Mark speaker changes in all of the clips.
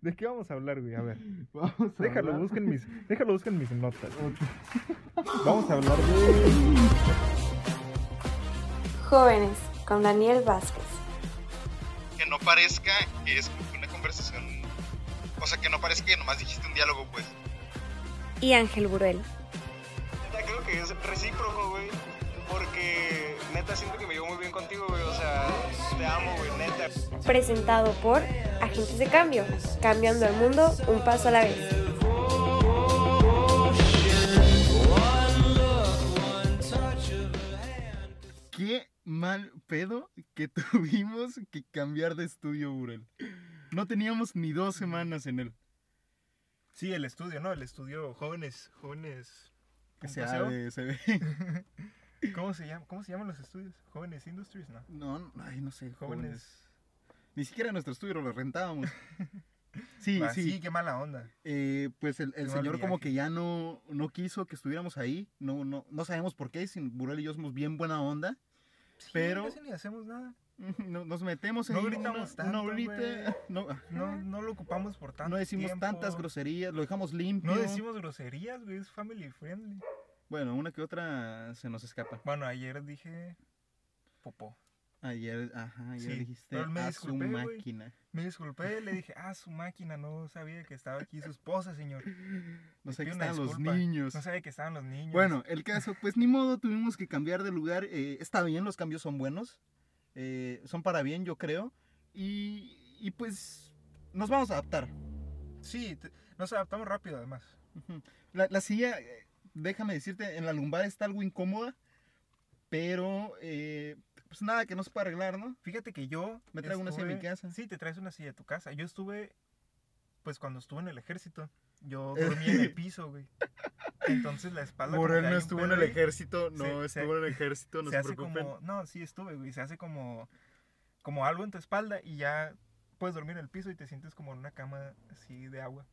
Speaker 1: ¿De qué vamos a hablar, güey? A ver.
Speaker 2: Vamos a
Speaker 1: Déjalo,
Speaker 2: hablar-
Speaker 1: busquen mis, déjalo, busquen mis notas. Vamos a hablar de...
Speaker 3: Jóvenes con Daniel Vázquez.
Speaker 4: que no parezca que es como que una conversación. O sea, que no parezca que nomás dijiste un diálogo, pues.
Speaker 5: y Ángel Buruel.
Speaker 6: Neta, creo que es recíproco, güey. Porque neta siento que me llevo muy bien contigo, güey. O sea, te amo, güey, neta.
Speaker 5: Presentado por Agentes de Cambio, cambiando el mundo un paso a la vez.
Speaker 2: Qué mal pedo que tuvimos que cambiar de estudio, Burel. No teníamos ni
Speaker 1: Mm.
Speaker 2: dos semanas en él.
Speaker 1: Sí, el estudio, ¿no? El estudio jóvenes, jóvenes...
Speaker 2: Que
Speaker 1: ¿Un
Speaker 2: se
Speaker 1: paseo?
Speaker 2: ve, se ve.
Speaker 1: ¿Cómo se, llama, ¿Cómo se llaman los estudios? ¿Jóvenes Industries? No.
Speaker 2: No, no, ay, no sé, jóvenes.
Speaker 1: Jóvenes...
Speaker 2: Ni siquiera nuestro estudio lo rentábamos. Sí,
Speaker 1: Ah,
Speaker 2: sí.
Speaker 1: qué mala onda.
Speaker 2: Eh, pues el, el
Speaker 1: Qué mal
Speaker 2: señor como
Speaker 1: viaje.
Speaker 2: que ya no, no quiso que estuviéramos ahí. No, no, no sabemos por qué. Sin Burel y yo somos bien buena onda. Pero-
Speaker 1: casi ni hacemos nada.
Speaker 2: No- nos metemos en
Speaker 1: No gritamos tanto,
Speaker 2: No grite.
Speaker 1: güey.
Speaker 2: No,
Speaker 1: No, no lo ocupamos por tanto
Speaker 2: no decimos
Speaker 1: tiempo.
Speaker 2: tantas groserías. Lo dejamos limpio.
Speaker 1: No decimos groserías, güey. Es family friendly.
Speaker 2: Bueno, una que otra se nos escapa.
Speaker 1: Bueno, ayer dije... Popó.
Speaker 2: Ayer, ajá, ayer
Speaker 1: Sí,
Speaker 2: dijiste
Speaker 1: pero me
Speaker 2: a
Speaker 1: disculpé,
Speaker 2: su
Speaker 1: güey".
Speaker 2: máquina.
Speaker 1: Me disculpé, le dije, ah, su máquina, no sabía que estaba aquí su esposa, señor.
Speaker 2: No
Speaker 1: Le
Speaker 2: sé qué
Speaker 1: pido una
Speaker 2: están los
Speaker 1: disculpa.
Speaker 2: niños.
Speaker 1: No sabía que estaban los niños.
Speaker 2: Bueno, el caso, pues ni modo, tuvimos que cambiar de lugar. eh, está bien, los cambios son buenos. eh, son para bien, yo creo. Y, y, pues nos vamos a adaptar.
Speaker 1: Sí, te- nos adaptamos rápido además.
Speaker 2: Ujú. La, la silla, eh, déjame decirte, en la lumbar está algo incómoda. Pero, eh, pues nada, que no se puede arreglar, ¿no?
Speaker 1: Fíjate que yo...
Speaker 2: Me traigo una silla de mi
Speaker 1: estuve-
Speaker 2: casa.
Speaker 1: Sí, te traes una silla de tu casa. Yo estuve, pues cuando estuve en el ejército, yo
Speaker 2: Eh.
Speaker 1: dormía en el piso, güey. Entonces la espalda... como que hay un pedo ahí.
Speaker 2: ejército,
Speaker 1: no se- estuvo
Speaker 2: en el ejército,
Speaker 1: se hace como... No, sí estuve, güey. Se hace como, como algo en tu espalda y ya puedes dormir en el piso y te sientes como en una cama así de agua.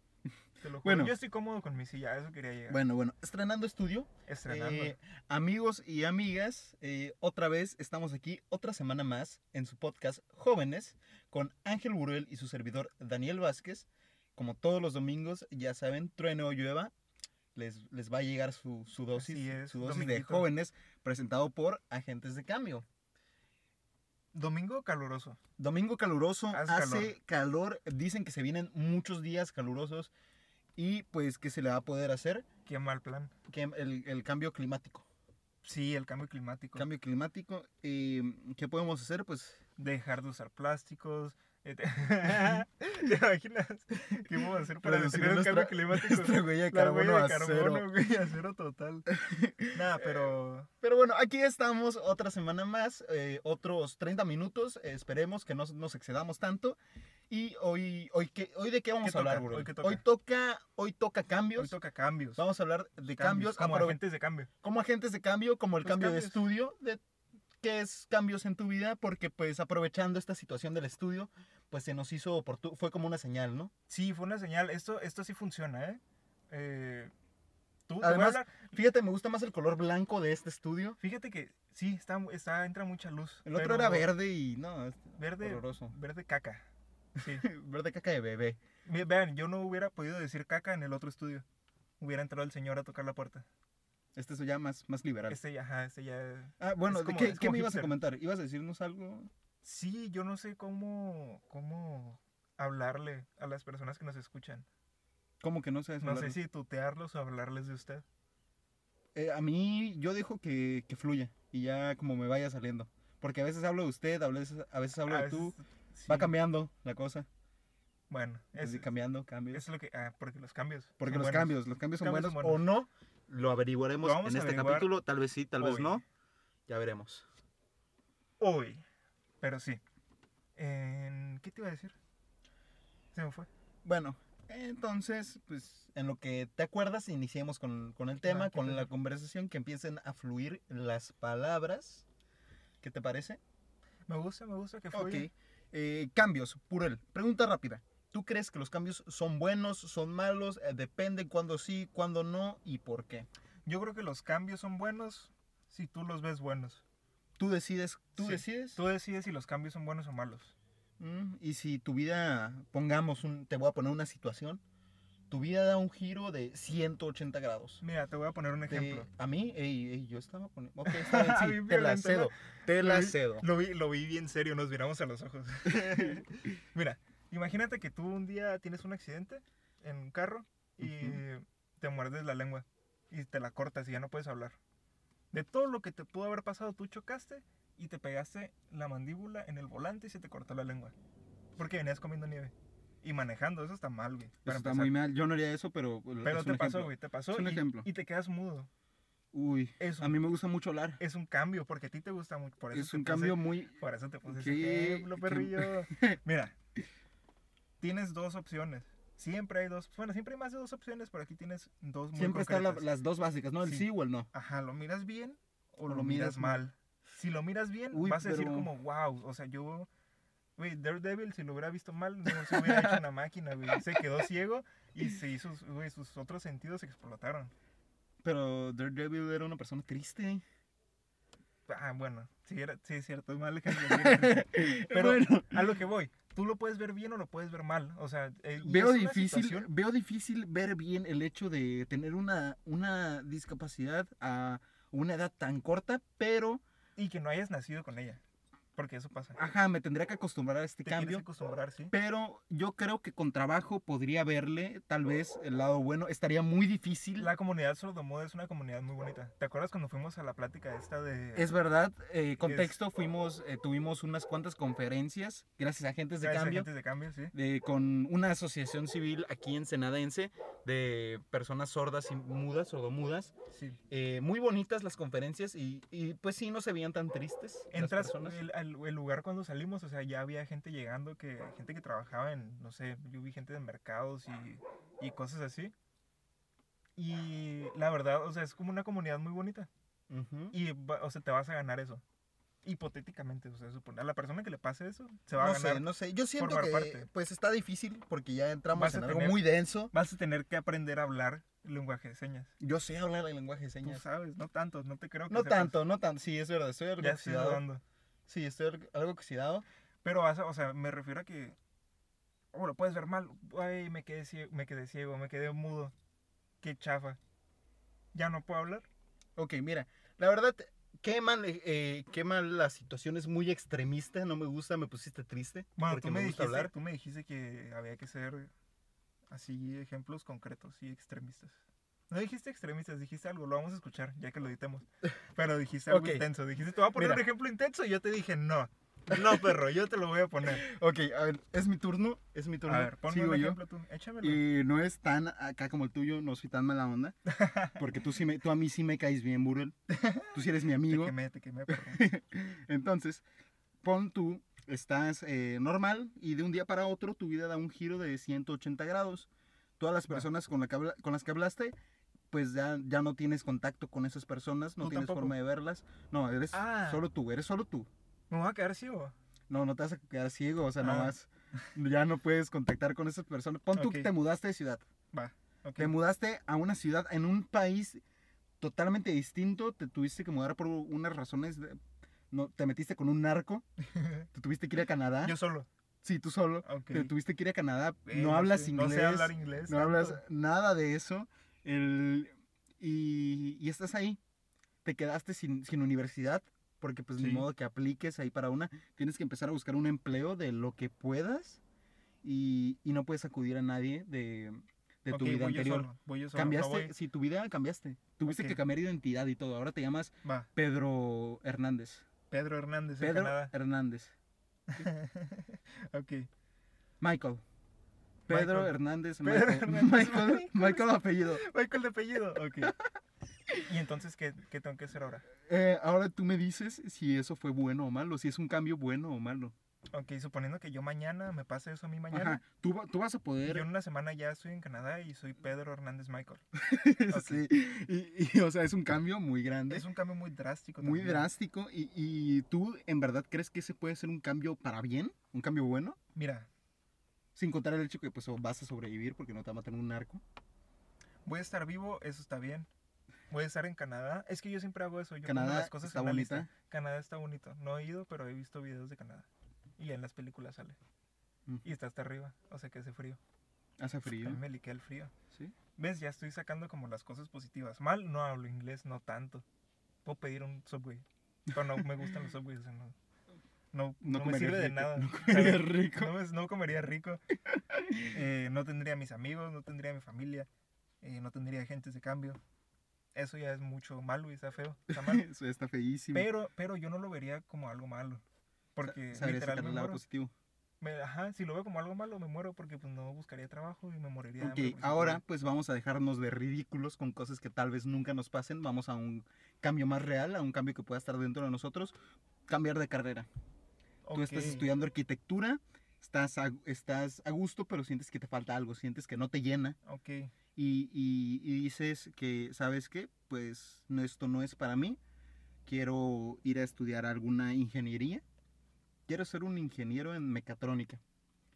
Speaker 1: Te lo juro.
Speaker 2: Bueno.
Speaker 1: Yo estoy cómodo con mi silla, a eso quería llegar.
Speaker 2: Bueno, bueno, estrenando estudio,
Speaker 1: Estrenando.
Speaker 2: Eh, amigos y amigas, eh, otra vez estamos aquí, otra semana más, en su podcast Jóvenes, con Ángel Buruel y su servidor Daniel Vázquez. Como todos los domingos, ya saben, truene o llueva, les, les va a llegar su, su dosis,
Speaker 1: Así es,
Speaker 2: su dosis de
Speaker 1: dominguito.
Speaker 2: jóvenes, presentado por Agentes de Cambio.
Speaker 1: Domingo caluroso.
Speaker 2: Domingo caluroso,
Speaker 1: Hace
Speaker 2: hace calor. dicen que se vienen muchos días calurosos y pues que se le va a poder hacer
Speaker 1: Qué mal plan.
Speaker 2: que el- el cambio climático.
Speaker 1: Sí, el cambio climático.
Speaker 2: Cambio climático. eh, ¿Qué podemos hacer? Pues
Speaker 1: Dejar de usar plásticos. et- ¿Te imaginas qué vamos a hacer para
Speaker 2: Reducir
Speaker 1: detener el
Speaker 2: nuestra-
Speaker 1: cambio climático?
Speaker 2: nuestra huella este de
Speaker 1: La
Speaker 2: carbono
Speaker 1: huella
Speaker 2: a cero.
Speaker 1: güey, a cero total. Nada, pero
Speaker 2: Pero bueno, aquí estamos otra semana más, eh, otros 30 minutos. eh, esperemos que no nos excedamos tanto. Y hoy, hoy, ¿qué- hoy de qué vamos
Speaker 1: ¿Qué
Speaker 2: a hablar,
Speaker 1: toca?
Speaker 2: bro?
Speaker 1: ¿Hoy qué toca?
Speaker 2: Hoy toca, hoy toca cambios.
Speaker 1: hoy toca cambios.
Speaker 2: Vamos a hablar de cambios,
Speaker 1: como
Speaker 2: apro-
Speaker 1: agentes de cambio.
Speaker 2: como agentes de cambio, como el
Speaker 1: Los
Speaker 2: cambio de
Speaker 1: cambios.
Speaker 2: estudio, de qué es cambios en tu vida, porque pues aprovechando esta situación del estudio, pues se nos hizo oportuno, fue como una señal, ¿no?
Speaker 1: Sí, fue una señal. Esto, esto sí funciona, ¿eh? Eh, Tú, te voy a
Speaker 2: Además-
Speaker 1: hablar-
Speaker 2: Fíjate, me gusta más el color blanco de este estudio.
Speaker 1: Fíjate que sí, está, está, entra mucha luz.
Speaker 2: El otro
Speaker 1: pero
Speaker 2: era verde y no, es
Speaker 1: Verde,
Speaker 2: horroroso.
Speaker 1: verde caca. Sí.
Speaker 2: Verde caca de bebé.
Speaker 1: Ve- Vean, yo no hubiera podido decir caca en el otro estudio. Hubiera entrado el señor a tocar la puerta.
Speaker 2: Este es ya más, más liberal.
Speaker 1: Este ya, ajá, este ya.
Speaker 2: Ah, bueno,
Speaker 1: es
Speaker 2: ¿de
Speaker 1: como-
Speaker 2: ¿qué,
Speaker 1: es
Speaker 2: qué
Speaker 1: como
Speaker 2: me ibas a
Speaker 1: hipster.
Speaker 2: comentar? ¿Ibas a decirnos algo?
Speaker 1: Sí, yo no sé cómo, cómo hablarle a las personas que nos escuchan.
Speaker 2: ¿Cómo que no sabes
Speaker 1: No sé
Speaker 2: hablar?
Speaker 1: si tutearlos o hablarles de usted.
Speaker 2: Eh, a mí, yo dejo que, que fluya y ya como me vaya saliendo. Porque a veces hablo de usted, a veces, a veces hablo
Speaker 1: A
Speaker 2: de tú.
Speaker 1: veces- Ah, sí.
Speaker 2: Va cambiando la cosa.
Speaker 1: Bueno, es,
Speaker 2: Es, cambiando, cambios.
Speaker 1: es lo que. Ah, porque los cambios.
Speaker 2: porque
Speaker 1: son
Speaker 2: los
Speaker 1: buenos.
Speaker 2: cambios, los cambios son,
Speaker 1: Cambios son
Speaker 2: buenos, o no. Lo averiguaremos este
Speaker 1: Lo vamos a averiguar
Speaker 2: Tal vez sí, tal
Speaker 1: hoy.
Speaker 2: Ya veremos.
Speaker 1: Hoy. Pero sí. En- ¿Qué te iba a decir? Se me fue.
Speaker 2: Bueno, entonces, pues en lo que te acuerdas, iniciemos con, con el tema,
Speaker 1: Va, ¿qué
Speaker 2: con la
Speaker 1: tal?
Speaker 2: conversación, que empiecen a fluir las palabras. ¿Qué te parece?
Speaker 1: Me gusta, me gusta que fue.
Speaker 2: Ok. Eh, cambios, Purel. Pregunta rápida. ¿Tú crees que los cambios son buenos, son malos? Eh, depende cuándo sí, cuándo no y por qué.
Speaker 1: Yo creo que los cambios son buenos si tú los ves buenos.
Speaker 2: Tú decides, tú
Speaker 1: Sí,
Speaker 2: decides.
Speaker 1: Tú decides si los cambios son buenos o malos.
Speaker 7: Mm, y si tu vida, pongamos, un, te voy a poner una situación, tu vida da un giro de 180 grados.
Speaker 1: Mira, te voy a poner un
Speaker 7: Te-
Speaker 1: ejemplo.
Speaker 7: Eh, a mí, ey, ey, yo estaba poniendo... Ok, está bien, sí,
Speaker 1: Bien
Speaker 7: te la
Speaker 1: violento,
Speaker 7: cedo,
Speaker 1: ¿no?
Speaker 7: te
Speaker 1: Lo
Speaker 7: la
Speaker 1: vi-
Speaker 7: cedo.
Speaker 1: Lo vi, lo vi bien serio, nos miramos a los ojos. Mira, imagínate que tú un día tienes un accidente en un carro y te muerdes la lengua y te la cortas y ya no puedes hablar. De todo lo que te pudo haber pasado, tú chocaste y te pegaste la mandíbula en el volante y se te cortó la lengua. Porque venías comiendo nieve y manejando, eso está mal, güey.
Speaker 2: Eso
Speaker 1: para
Speaker 2: está
Speaker 1: empezar.
Speaker 2: muy mal. Yo no haría eso, pero. pues,
Speaker 1: Pero
Speaker 2: es
Speaker 1: te
Speaker 2: un
Speaker 1: pasó,
Speaker 2: ejemplo.
Speaker 1: güey, te pasó
Speaker 2: Es un
Speaker 1: y-
Speaker 2: ejemplo.
Speaker 1: y te quedas mudo.
Speaker 2: Uy.
Speaker 1: Es
Speaker 2: A mí me gusta mucho hablar.
Speaker 1: es un cambio, porque a ti te gusta mucho. Por eso
Speaker 2: Es
Speaker 1: te
Speaker 2: un
Speaker 1: puse-
Speaker 2: cambio muy.
Speaker 1: Por eso te puse
Speaker 2: ¿Qué?
Speaker 1: ese ejemplo,
Speaker 2: ¿Qué?
Speaker 1: perrillo. Mira, tienes dos opciones. Siempre hay dos. Bueno, siempre hay más de dos opciones, pero aquí tienes dos muy
Speaker 2: Siempre están la-
Speaker 1: concretas.
Speaker 2: las dos básicas, ¿no? El
Speaker 1: Sí.
Speaker 2: sí, o el no.
Speaker 1: Ajá, ¿lo miras bien o lo, miras mal? Si lo miras bien,
Speaker 2: Uy,
Speaker 1: vas a decir
Speaker 2: pero-
Speaker 1: como, wow, o sea, yo... Güey, Daredevil, si lo hubiera visto mal, no se hubiera hecho una máquina, güey. Se quedó ciego y se hizo, güey, sus otros sentidos explotaron.
Speaker 2: Pero Daredevil era una persona triste.
Speaker 1: Ah, bueno, sí, era, sí es cierto, es mal ejemplo. sí era- Pero
Speaker 2: Bueno.
Speaker 1: a lo que voy, tú lo puedes ver bien o lo puedes ver mal. O sea, eh, y
Speaker 2: Veo
Speaker 1: es una
Speaker 2: difícil,
Speaker 1: situación-
Speaker 2: veo difícil ver bien el hecho de tener una, una discapacidad a una edad tan corta, pero
Speaker 1: Y que no hayas nacido con ella. Porque eso pasa.
Speaker 2: ajá, me tendría que acostumbrar a este
Speaker 1: Te tienes que
Speaker 2: Ah, cambio.
Speaker 1: acostumbrar, sí.
Speaker 2: Pero yo creo que con trabajo podría verle tal vez el lado bueno. Estaría muy difícil.
Speaker 1: La comunidad sordomuda es una comunidad muy bonita. ¿Te acuerdas cuando fuimos a la plática esta de...
Speaker 2: Es verdad, eh, contexto, fuimos, eh, tuvimos unas cuantas conferencias, gracias a agentes de
Speaker 1: de
Speaker 2: cambio,
Speaker 1: agentes de cambio, sí.
Speaker 2: de, con una asociación civil aquí en Senadense de personas sordas y mudas, sordomudas.
Speaker 1: sí.
Speaker 2: Eh, muy bonitas las conferencias y, y, pues sí, no se veían tan tristes. las
Speaker 1: Entras
Speaker 2: personas.
Speaker 1: el, al- el lugar cuando salimos, o sea, ya había gente llegando, que gente que trabajaba en, no sé, yo vi gente de mercados y, y cosas así. Y la verdad, o sea, es como una comunidad muy bonita.
Speaker 2: Ujú.
Speaker 1: Y, va- o sea, te vas a ganar eso. Hipotéticamente, o sea, supone, a la persona que le pase eso, se va a
Speaker 7: No
Speaker 1: ganar.
Speaker 7: sé, no sé. Yo siento
Speaker 1: formar
Speaker 7: que
Speaker 1: parte.
Speaker 7: pues está difícil porque ya entramos
Speaker 1: Vas a
Speaker 7: en algo
Speaker 1: tener-
Speaker 7: muy denso.
Speaker 1: Vas a tener que aprender a hablar lenguaje de señas.
Speaker 7: Yo sé hablar el lenguaje de
Speaker 1: Tú
Speaker 7: señas.
Speaker 1: sabes, no tanto, no te creo que
Speaker 7: No
Speaker 1: sepas.
Speaker 7: tanto, no tanto. Sí, es verdad, estoy algo
Speaker 1: Ya estoy
Speaker 7: oxidado.
Speaker 1: dudando.
Speaker 7: Sí, estoy al- algo oxidado.
Speaker 1: Pero vas a, o sea, me refiero a que. O lo puedes ver mal. Ay, me quedé ciego, me quedé ciego, me quedé mudo. Qué chafa. Ya no puedo hablar.
Speaker 7: Ok, mira, la verdad, qué mal, eh, qué mal la situación es muy extremista, no me gusta, me pusiste triste.
Speaker 1: Bueno,
Speaker 7: porque
Speaker 1: tú me,
Speaker 7: me gusta
Speaker 1: dijiste,
Speaker 7: hablar.
Speaker 1: tú me dijiste que había que ser así ejemplos concretos y extremistas. No dijiste extremistas, dijiste algo, lo vamos a escuchar ya que lo editemos. Pero dijiste algo
Speaker 7: Ok.
Speaker 1: intenso, dijiste, te voy a poner
Speaker 7: Mira.
Speaker 1: un ejemplo intenso y yo te dije, no, no perro, yo te lo voy a poner.
Speaker 7: Ok, a ver, es mi turno, es mi turno.
Speaker 1: A ver, ponme
Speaker 2: sigo
Speaker 1: un
Speaker 2: yo.
Speaker 1: ejemplo tú, échamelo.
Speaker 2: Y no es tan acá como el tuyo, no soy tan mala onda. Porque tú, sí me, tú a mí sí me caes bien, Burel. Tú sí eres mi
Speaker 1: Te
Speaker 2: amigo.
Speaker 1: quemé, te quemé, perro.
Speaker 2: Entonces, pon tú, estás eh, normal y de un día para otro tu vida da un giro de 180 grados. Todas las
Speaker 1: Va.
Speaker 2: personas con, la que habla- con las que hablaste, pues ya, ya no tienes contacto con esas personas, no
Speaker 1: Tú
Speaker 2: tienes
Speaker 1: tampoco.
Speaker 2: forma de verlas. No, eres
Speaker 1: Ah.
Speaker 2: solo tú, eres solo tú.
Speaker 1: Me voy a quedar ciego.
Speaker 2: No, no te vas a quedar ciego, o sea,
Speaker 1: Ah.
Speaker 2: nomás ya no puedes contactar con esas personas. Pon tú que
Speaker 1: Ok.
Speaker 2: te mudaste de ciudad.
Speaker 1: Va, ok.
Speaker 2: Te mudaste a una ciudad, en un país totalmente distinto, te tuviste que mudar por unas razones, de- no, te metiste con un narco, te tuviste que ir a Canadá,
Speaker 1: Yo solo.
Speaker 2: sí, tú solo,
Speaker 1: Ok.
Speaker 2: te tuviste que ir a Canadá,
Speaker 1: Eh,
Speaker 2: no hablas
Speaker 1: sé,
Speaker 2: inglés,
Speaker 1: No sé hablar inglés.
Speaker 2: no
Speaker 1: tanto.
Speaker 2: hablas nada de eso, el- y, y estás ahí, te quedaste sin, sin universidad, porque pues ni
Speaker 1: Sí.
Speaker 2: modo que apliques ahí para una, tienes que empezar a buscar un empleo de lo que puedas, y, y no puedes acudir a nadie de, de tu
Speaker 1: Ok,
Speaker 2: vida
Speaker 1: voy yo
Speaker 2: anterior.
Speaker 1: solo, voy yo solo, no
Speaker 2: Cambiaste,
Speaker 1: voy-
Speaker 2: sí, tu vida cambiaste. Tuviste que
Speaker 1: Ok.
Speaker 2: cambiar de identidad y todo. Ahora te llamas
Speaker 1: Va,
Speaker 2: Pedro Hernández.
Speaker 1: Pedro Hernández en
Speaker 2: Pedro
Speaker 1: Canadá.
Speaker 2: Hernández.
Speaker 1: ok.
Speaker 2: Michael. Pedro
Speaker 1: Michael.
Speaker 2: Hernández.
Speaker 1: Pedro
Speaker 2: Michael.
Speaker 1: Hernández,
Speaker 2: Michael,
Speaker 1: Michael.
Speaker 2: Michael apellido.
Speaker 1: Michael de apellido. Ok. ¿Y entonces qué, qué tengo que hacer ahora?
Speaker 2: Eh, ahora tú me dices si eso fue bueno o malo, si es un cambio bueno o malo.
Speaker 1: Ok, suponiendo que yo mañana me pase eso a mí mañana.
Speaker 2: Ajá. Tú, va- tú vas a
Speaker 1: y
Speaker 2: poder.
Speaker 1: Yo en una semana ya estoy en Canadá y soy Pedro Hernández Michael. ok.
Speaker 2: sí. Y, y, o sea, es un cambio muy grande.
Speaker 1: Es un cambio muy drástico.
Speaker 2: muy
Speaker 1: también.
Speaker 2: drástico. Y, ¿Y tú en verdad crees que ese puede ser un cambio para bien? ¿Un cambio bueno?
Speaker 1: Mira,
Speaker 2: Sin contar el hecho que pues vas a sobrevivir porque no te va a matar un narco.
Speaker 1: voy a estar vivo, eso está bien. Voy a estar en Canadá. Es que yo siempre hago eso. Yo pongo
Speaker 2: Canadá
Speaker 1: las cosas
Speaker 2: está
Speaker 1: en una lista.
Speaker 2: bonita.
Speaker 1: Canadá está bonito. No he ido, pero he visto videos de Canadá. Y en las películas sale.
Speaker 2: Ujú.
Speaker 1: y está hasta arriba, o sea que hace frío.
Speaker 2: Mm. Hace frío.
Speaker 1: A mí me liquea el frío.
Speaker 2: Sí.
Speaker 1: ¿Ves? Ya estoy sacando como las cosas positivas. Mal no hablo inglés, no tanto. Puedo pedir un subway. Pero no me gustan los subways. o sea, no, no,
Speaker 2: No
Speaker 1: no me
Speaker 2: comerías
Speaker 1: sirve de
Speaker 2: rico,
Speaker 1: nada.
Speaker 2: no
Speaker 1: ¿sabes?
Speaker 2: comerías rico.
Speaker 1: No, me- no comería rico. Eh, no tendría mis amigos, no tendría mi familia. eh, no tendría gente de cambio. Eso ya es mucho malo y está feo. Está mal.
Speaker 2: Eso está feísimo.
Speaker 1: pero, pero yo no lo vería como algo malo. Porque
Speaker 2: Sabría
Speaker 1: literal
Speaker 2: sacar
Speaker 1: me
Speaker 2: el lado
Speaker 1: muero.
Speaker 2: positivo.
Speaker 1: Me- ajá, si lo veo como algo malo, me muero porque pues no buscaría trabajo y me moriría. de hambre,
Speaker 2: Ok,
Speaker 1: porque
Speaker 2: ahora pues vamos a dejarnos de ridículos con cosas que tal vez nunca nos pasen. Vamos a un cambio más real, a un cambio que pueda estar dentro de nosotros. Cambiar de carrera. Tú estás
Speaker 1: Ok.
Speaker 2: estudiando arquitectura, estás a, estás a gusto, pero sientes que te falta algo, sientes que no te llena.
Speaker 1: Ok,
Speaker 2: y, y- y dices que, ¿sabes qué? Pues no, esto no es para mí. Quiero ir a estudiar alguna ingeniería. Quiero ser un ingeniero en mecatrónica.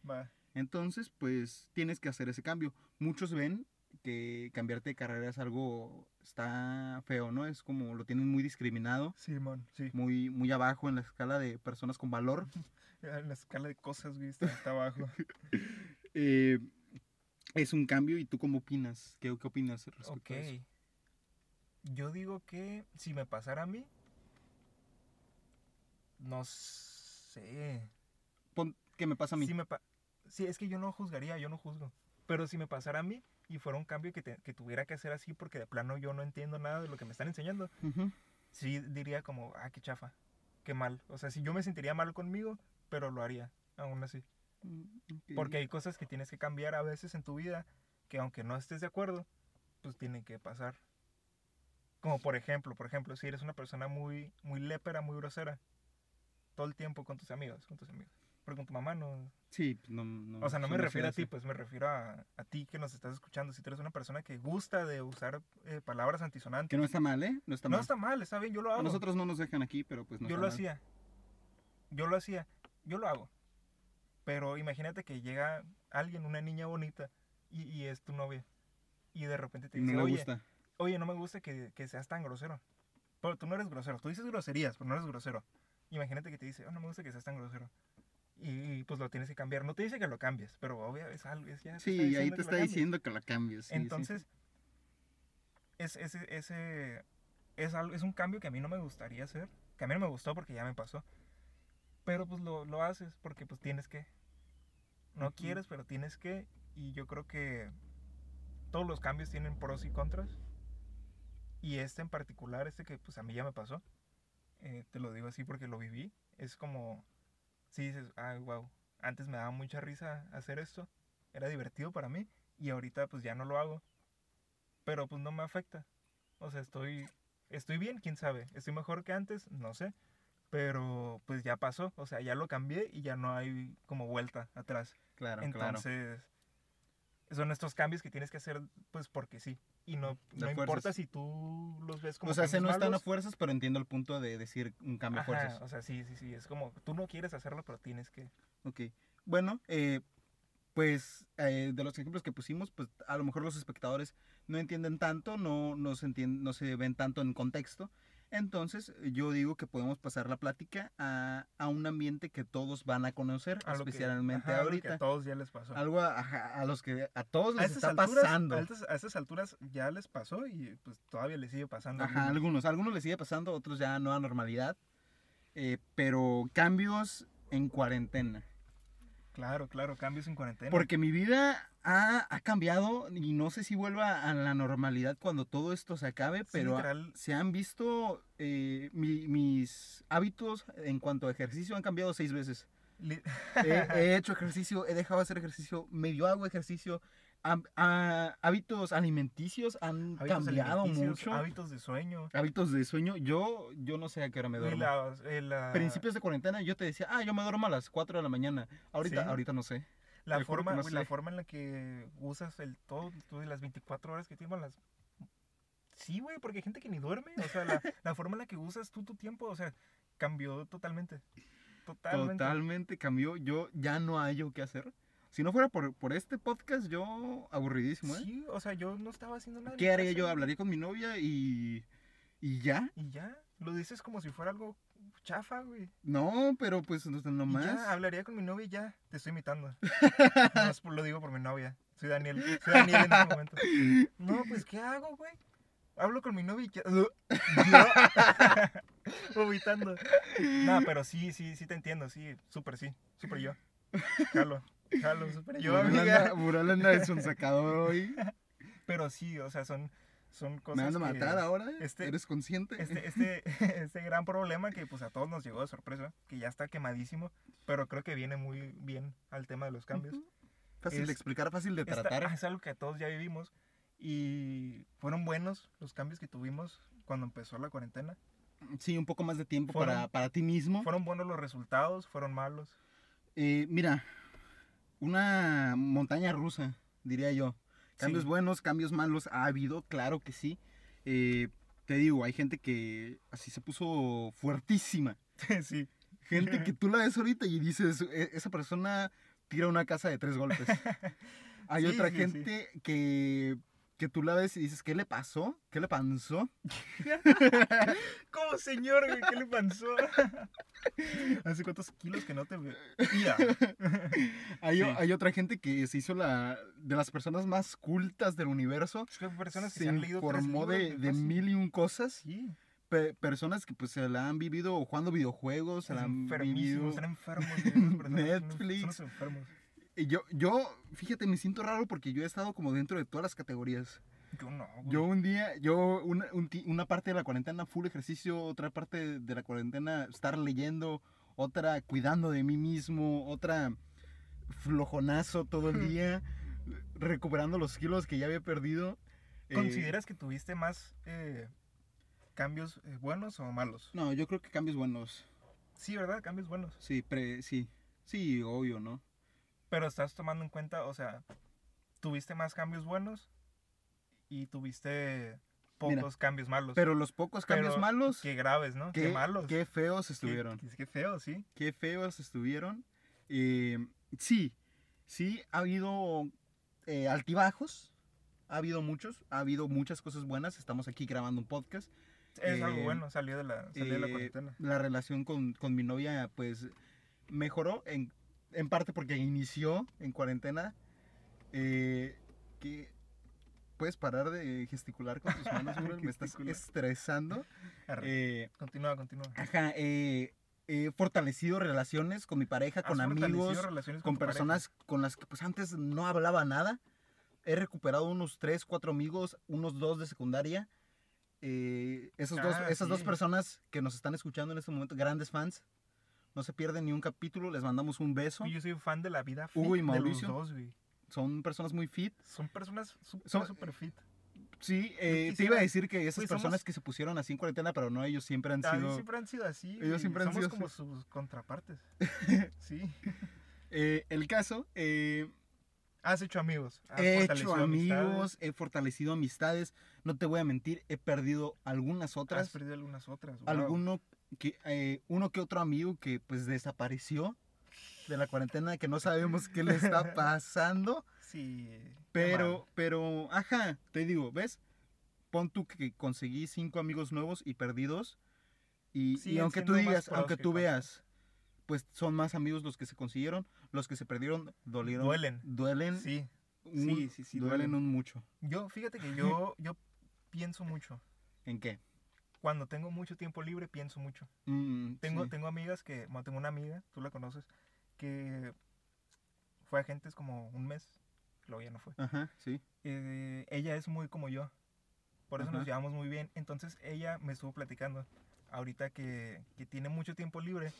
Speaker 1: va.
Speaker 2: Entonces, pues tienes que hacer ese cambio. Muchos ven que cambiarte de carrera es algo, está feo, ¿no? Es como lo tienen muy discriminado,
Speaker 1: Simón, sí.
Speaker 2: muy, muy abajo en la escala de personas con valor.
Speaker 1: En la escala de cosas, güey, está, está abajo.
Speaker 2: Eh, es un cambio y tú cómo opinas, qué, qué opinas respecto
Speaker 1: ok.
Speaker 2: a eso.
Speaker 1: Yo digo que si me pasara a mí, no sé.
Speaker 2: Pon- ¿Qué me pasa a mí?
Speaker 1: Si me pa- sí, es que yo no juzgaría, yo no juzgo. Pero si me pasara a mí y fuera un cambio que, te- que tuviera que hacer así porque de plano yo no entiendo nada de lo que me están enseñando,
Speaker 2: Ujú.
Speaker 1: sí diría como, ah, qué chafa, qué mal. O sea, si yo me sentiría mal conmigo, pero lo haría, aún así.
Speaker 2: Mm, ok.
Speaker 1: Porque hay cosas que tienes que cambiar a veces en tu vida que aunque no estés de acuerdo, pues tienen que pasar. Como por ejemplo, por ejemplo, si eres una persona muy, muy lépera, muy grosera, todo el tiempo con tus amigos, con tus amigos. Pero con tu mamá no...
Speaker 2: Sí, pues, no, no.
Speaker 1: O sea, no me
Speaker 2: suele
Speaker 1: refiero a
Speaker 2: ser
Speaker 1: ti, pues me refiero a, a ti que nos estás escuchando. Si tú eres una persona que gusta de usar eh, palabras
Speaker 2: así.
Speaker 1: antisonantes.
Speaker 2: Que no está mal, ¿eh? No está
Speaker 1: no
Speaker 2: mal.
Speaker 1: está mal, está bien, yo lo
Speaker 2: A
Speaker 1: hago.
Speaker 2: nosotros no nos dejan aquí, pero pues no
Speaker 1: yo
Speaker 2: está
Speaker 1: lo
Speaker 2: mal.
Speaker 1: hacía. Yo lo hacía. Yo lo hago. Pero imagínate que llega alguien, una niña bonita, y, y es tu novia. Y de repente te
Speaker 2: Y
Speaker 1: dice,
Speaker 2: No me
Speaker 1: oye,
Speaker 2: gusta.
Speaker 1: oye, no me gusta que, que seas tan grosero. Pero tú no eres grosero. Tú dices groserías, pero no eres grosero. Imagínate que te dice, oh, no me gusta que seas tan grosero. Y, y, pues lo tienes que cambiar. No te dice que lo cambies, pero obvio es algo. es- ya te
Speaker 2: Sí,
Speaker 1: está
Speaker 2: ahí
Speaker 1: diciendo
Speaker 2: te está diciendo que
Speaker 1: que lo cambies.
Speaker 2: la cambies. sí, sí.
Speaker 1: Entonces, es, ese, ese, es, algo, es un cambio que a mí no me gustaría hacer, que a mí no me gustó porque ya me pasó. Pero pues lo, lo haces porque pues tienes que. No quieres, pero tienes que. Y yo creo que todos los cambios tienen pros y contras. Y este en particular, este que pues a mí ya me pasó, eh, te lo digo así porque lo viví, es como, si dices, ay, wow, antes me daba mucha risa hacer esto, era divertido para mí y ahorita pues ya no lo hago. Pero pues no me afecta. O sea, estoy, estoy bien, quién sabe. Estoy mejor que antes, no sé. Pero pues ya pasó, o sea, ya lo cambié y ya no hay como vuelta atrás.
Speaker 2: Claro, claro.
Speaker 1: Entonces, son estos cambios que tienes que hacer, pues porque sí. Y no,
Speaker 2: De
Speaker 1: no importa
Speaker 2: fuerzas.
Speaker 1: si tú los ves como.
Speaker 2: O sea, se no
Speaker 1: cambios
Speaker 2: están a
Speaker 1: malos.
Speaker 2: fuerzas, pero entiendo el punto de decir un cambio a
Speaker 1: Ajá,
Speaker 2: fuerzas.
Speaker 1: O sea, sí, sí, sí. Es como tú no quieres hacerlo, pero tienes que.
Speaker 2: Ok. Bueno, eh, pues eh, de los ejemplos que pusimos, pues a lo mejor los espectadores no entienden tanto, no, no, se, entien- no se ven tanto en contexto. Entonces, yo digo que podemos pasar la plática a, a un ambiente que todos van a conocer,
Speaker 1: a lo que-
Speaker 2: especialmente
Speaker 1: ajá, a lo que a
Speaker 2: ahorita.
Speaker 1: todos ya les pasó.
Speaker 2: Algo a, ajá, a los que a todos
Speaker 1: a
Speaker 2: les
Speaker 1: estas,
Speaker 2: está
Speaker 1: alturas,
Speaker 2: pasando.
Speaker 1: a estas- a estas alturas ya les pasó y pues todavía les sigue pasando. a
Speaker 2: Ajá,
Speaker 1: algunos.
Speaker 2: algunos. A algunos les sigue pasando, a otros ya no a normalidad. Eh, pero cambios en cuarentena.
Speaker 1: Claro, claro, cambios en cuarentena.
Speaker 2: Porque mi vida ha, ha cambiado y no sé si vuelva a la normalidad cuando todo esto se acabe,
Speaker 1: Sí,
Speaker 2: pero
Speaker 1: literal,
Speaker 2: se han visto eh, mi- mis hábitos en cuanto a ejercicio han cambiado seis veces.
Speaker 1: li-
Speaker 2: He, he hecho ejercicio, he dejado de hacer ejercicio, medio hago ejercicio. Am- a- hábitos alimenticios han
Speaker 1: hábitos
Speaker 2: cambiado
Speaker 1: alimenticios,
Speaker 2: mucho.
Speaker 1: Hábitos de sueño.
Speaker 2: Hábitos de sueño, yo, yo no sé a qué hora me
Speaker 1: y
Speaker 2: duermo.
Speaker 1: las- eh, la-
Speaker 2: Principios de cuarentena yo te decía, ah, yo me duermo a las 4 de la mañana. Ahorita,
Speaker 1: Sí.
Speaker 2: ahorita no sé.
Speaker 1: La
Speaker 2: Te juro que
Speaker 1: forma,
Speaker 2: no
Speaker 1: güey, la
Speaker 2: sé.
Speaker 1: forma en la que usas el todo, tú de las 24 horas que tienes, las... Sí, güey, porque hay gente que ni duerme. O sea, la, la forma en la que usas tú tu tiempo, o sea, cambió totalmente. Totalmente.
Speaker 2: Totalmente ¿eh? cambió. Yo ya no hallo qué hacer. Si no fuera por, por este podcast, yo aburridísimo, ¿eh?
Speaker 1: Sí, o sea, yo no estaba haciendo nada. en mi
Speaker 2: ¿Qué haría
Speaker 1: casa,
Speaker 2: yo?
Speaker 1: güey.
Speaker 2: Hablaría con mi novia y. y ya.
Speaker 1: Y ya, lo dices como si fuera algo chafa, güey.
Speaker 2: No, pero pues no, no
Speaker 1: Y
Speaker 2: más.
Speaker 1: Ya, hablaría con mi novia y ya, te estoy imitando. Nomás por- lo digo por mi novia. Soy Daniel. Soy Daniel en este momento. No, pues, ¿qué hago, güey? Hablo con mi novia y ya. Yo- Vomitando. No, pero sí, sí, sí te entiendo, sí, súper sí, súper yo. Jalo, jalo, súper yo,
Speaker 2: Mural anda-
Speaker 1: amiga.
Speaker 2: Mural anda de sonsacador hoy.
Speaker 1: Pero sí, o sea, son, son cosas.
Speaker 2: Me van a
Speaker 1: que-
Speaker 2: matar ahora. ¿eh?
Speaker 1: este-
Speaker 2: ¿Eres consciente?
Speaker 1: este, este, este gran problema que pues a todos nos llegó de sorpresa, que ya está quemadísimo, pero creo que viene muy bien al tema de los cambios.
Speaker 2: fácil
Speaker 1: es-
Speaker 2: de explicar, fácil de
Speaker 1: Esta-
Speaker 2: tratar. ¿eh?
Speaker 1: ah, es algo que todos ya vivimos y fueron buenos los cambios que tuvimos cuando empezó la cuarentena.
Speaker 2: Sí, un poco más de tiempo
Speaker 1: Fueron-
Speaker 2: para, para ti mismo.
Speaker 1: Fueron buenos los resultados, fueron malos.
Speaker 2: Eh, mira, una montaña rusa, diría yo. Cambios
Speaker 1: Sí.
Speaker 2: buenos, cambios malos, ha habido, claro que sí. Eh, te digo, hay gente que así se puso fuertísima.
Speaker 1: sí,
Speaker 2: Gente que tú la ves ahorita y dices, "E- esa persona tira una casa de tres golpes. Hay
Speaker 1: Sí,
Speaker 2: otra
Speaker 1: sí, sí.
Speaker 2: gente Que, que tú la ves y dices, ¿qué le pasó? ¿Qué le pasó?
Speaker 1: ¿Cómo, señor? güey? ¿Qué le pasó? ¿Hace cuántos kilos que no te ve? Mira,
Speaker 2: Hay, o-
Speaker 1: Sí.
Speaker 2: hay otra gente que se hizo la de las personas más cultas del universo.
Speaker 1: es que hay personas que
Speaker 2: se
Speaker 1: se han leído tres
Speaker 2: informó de,
Speaker 1: libros,
Speaker 2: de
Speaker 1: fácil.
Speaker 2: mil y un cosas.
Speaker 1: Sí,
Speaker 2: Pe- personas que pues se la han vivido jugando videojuegos, se la han
Speaker 1: enfermísimos,
Speaker 2: vivido...
Speaker 1: están enfermos. güey, esas personas, son unos-
Speaker 2: Netflix.
Speaker 1: Son unos enfermos.
Speaker 2: Y Yo, yo, fíjate, me siento raro porque yo he estado como dentro de todas las categorías.
Speaker 1: Yo no, güey.
Speaker 2: Yo un día, yo una, un ti- una parte de la cuarentena full ejercicio, otra parte de la cuarentena estar leyendo, otra cuidando de mí mismo, otra flojonazo todo el día, recuperando los kilos que ya había perdido. Eh,
Speaker 1: ¿Consideras que tuviste más eh, cambios eh, buenos o malos?
Speaker 2: no, yo creo que cambios buenos.
Speaker 1: Sí, ¿verdad? Cambios buenos.
Speaker 2: Sí, pre- sí. Sí, obvio, ¿no?
Speaker 1: Pero estás tomando en cuenta, o sea, tuviste más cambios buenos y tuviste pocos
Speaker 2: Mira,
Speaker 1: cambios malos.
Speaker 2: Pero los pocos
Speaker 1: Pero
Speaker 2: cambios malos,
Speaker 1: Qué graves, ¿no?
Speaker 2: qué,
Speaker 1: qué malos.
Speaker 2: qué feos
Speaker 1: Qué-
Speaker 2: estuvieron.
Speaker 1: Qué, qué feo, sí.
Speaker 2: qué feos estuvieron. Eh, sí, sí, ha habido eh, altibajos, ha habido muchos, ha habido muchas cosas buenas. Estamos aquí grabando un podcast.
Speaker 1: Es algo
Speaker 2: Eh,
Speaker 1: bueno, salió de la, salió de la
Speaker 2: Eh,
Speaker 1: cuarentena.
Speaker 2: la relación con, con mi novia, pues, mejoró en, en parte porque inició en cuarentena. Eh, que puedes parar de gesticular con tus manos, Uriel? me estás
Speaker 1: Gesticular.
Speaker 2: estresando.
Speaker 1: Arre.
Speaker 2: Eh,
Speaker 1: continúa, continúa.
Speaker 2: ajá, eh, he fortalecido relaciones con mi pareja, con
Speaker 1: ¿Has fortalecido
Speaker 2: amigos.
Speaker 1: relaciones
Speaker 2: con
Speaker 1: tu pareja?
Speaker 2: personas con las que pues antes no hablaba nada. He recuperado unos tres, cuatro amigos, unos dos de secundaria. Eh, esos dos,
Speaker 1: Ah,
Speaker 2: esas dos
Speaker 1: sí.
Speaker 2: personas que nos están escuchando en este momento, grandes fans. No se pierden ni un capítulo, les mandamos un beso.
Speaker 1: Yo soy fan de la vida fit
Speaker 2: Hugo y
Speaker 1: de los
Speaker 2: Mauricio.
Speaker 1: dos, güey.
Speaker 2: Son personas muy fit.
Speaker 1: Son personas súper,
Speaker 2: Son-
Speaker 1: súper fit.
Speaker 2: Sí, eh, te
Speaker 1: quisiera-
Speaker 2: iba a decir que esas
Speaker 1: Güey, somos-
Speaker 2: personas que se pusieron así en cuarentena, pero no, ellos siempre han
Speaker 1: Ah, ellos
Speaker 2: sido...
Speaker 1: siempre han sido así.
Speaker 2: ellos
Speaker 1: güey.
Speaker 2: siempre han
Speaker 1: Somos
Speaker 2: sido
Speaker 1: como sus contrapartes. sí.
Speaker 2: Eh, el caso, eh,
Speaker 1: Has hecho amigos. has
Speaker 2: He hecho
Speaker 1: Ah, fortalecido amistades,
Speaker 2: amigos, he fortalecido amistades. No te voy a mentir, he perdido algunas
Speaker 1: Has
Speaker 2: otras.
Speaker 1: perdido algunas otras. wow.
Speaker 2: alguno que eh, uno que otro amigo que pues desapareció de la cuarentena que no sabemos qué le está pasando
Speaker 1: Sí. qué mal.
Speaker 2: pero pero ajá te digo ves pon tú que conseguí cinco amigos nuevos y perdí dos y,
Speaker 1: Sí,
Speaker 2: y aunque tú
Speaker 1: siendo más
Speaker 2: digas
Speaker 1: pros
Speaker 2: aunque
Speaker 1: que
Speaker 2: tú
Speaker 1: contras.
Speaker 2: veas pues son más amigos los que se consiguieron los que se perdieron dolieron
Speaker 1: Duelen.
Speaker 2: duelen
Speaker 1: Sí.
Speaker 2: un-
Speaker 1: sí, sí, sí,
Speaker 2: duelen
Speaker 1: duelen.
Speaker 2: un mucho
Speaker 1: Yo, fíjate que yo, yo pienso mucho.
Speaker 2: en qué
Speaker 1: Cuando tengo mucho tiempo libre, pienso mucho.
Speaker 2: Mm,
Speaker 1: Tengo,
Speaker 2: sí.
Speaker 1: tengo amigas que. Bueno, tengo una amiga, tú la conoces, que fue agentes como un mes. Luego ya no fue.
Speaker 2: ajá sí
Speaker 1: eh, ella es muy como yo. Por eso
Speaker 2: Ajá.
Speaker 1: nos llevamos muy bien. Entonces ella me estuvo platicando ahorita que, que tiene mucho tiempo libre.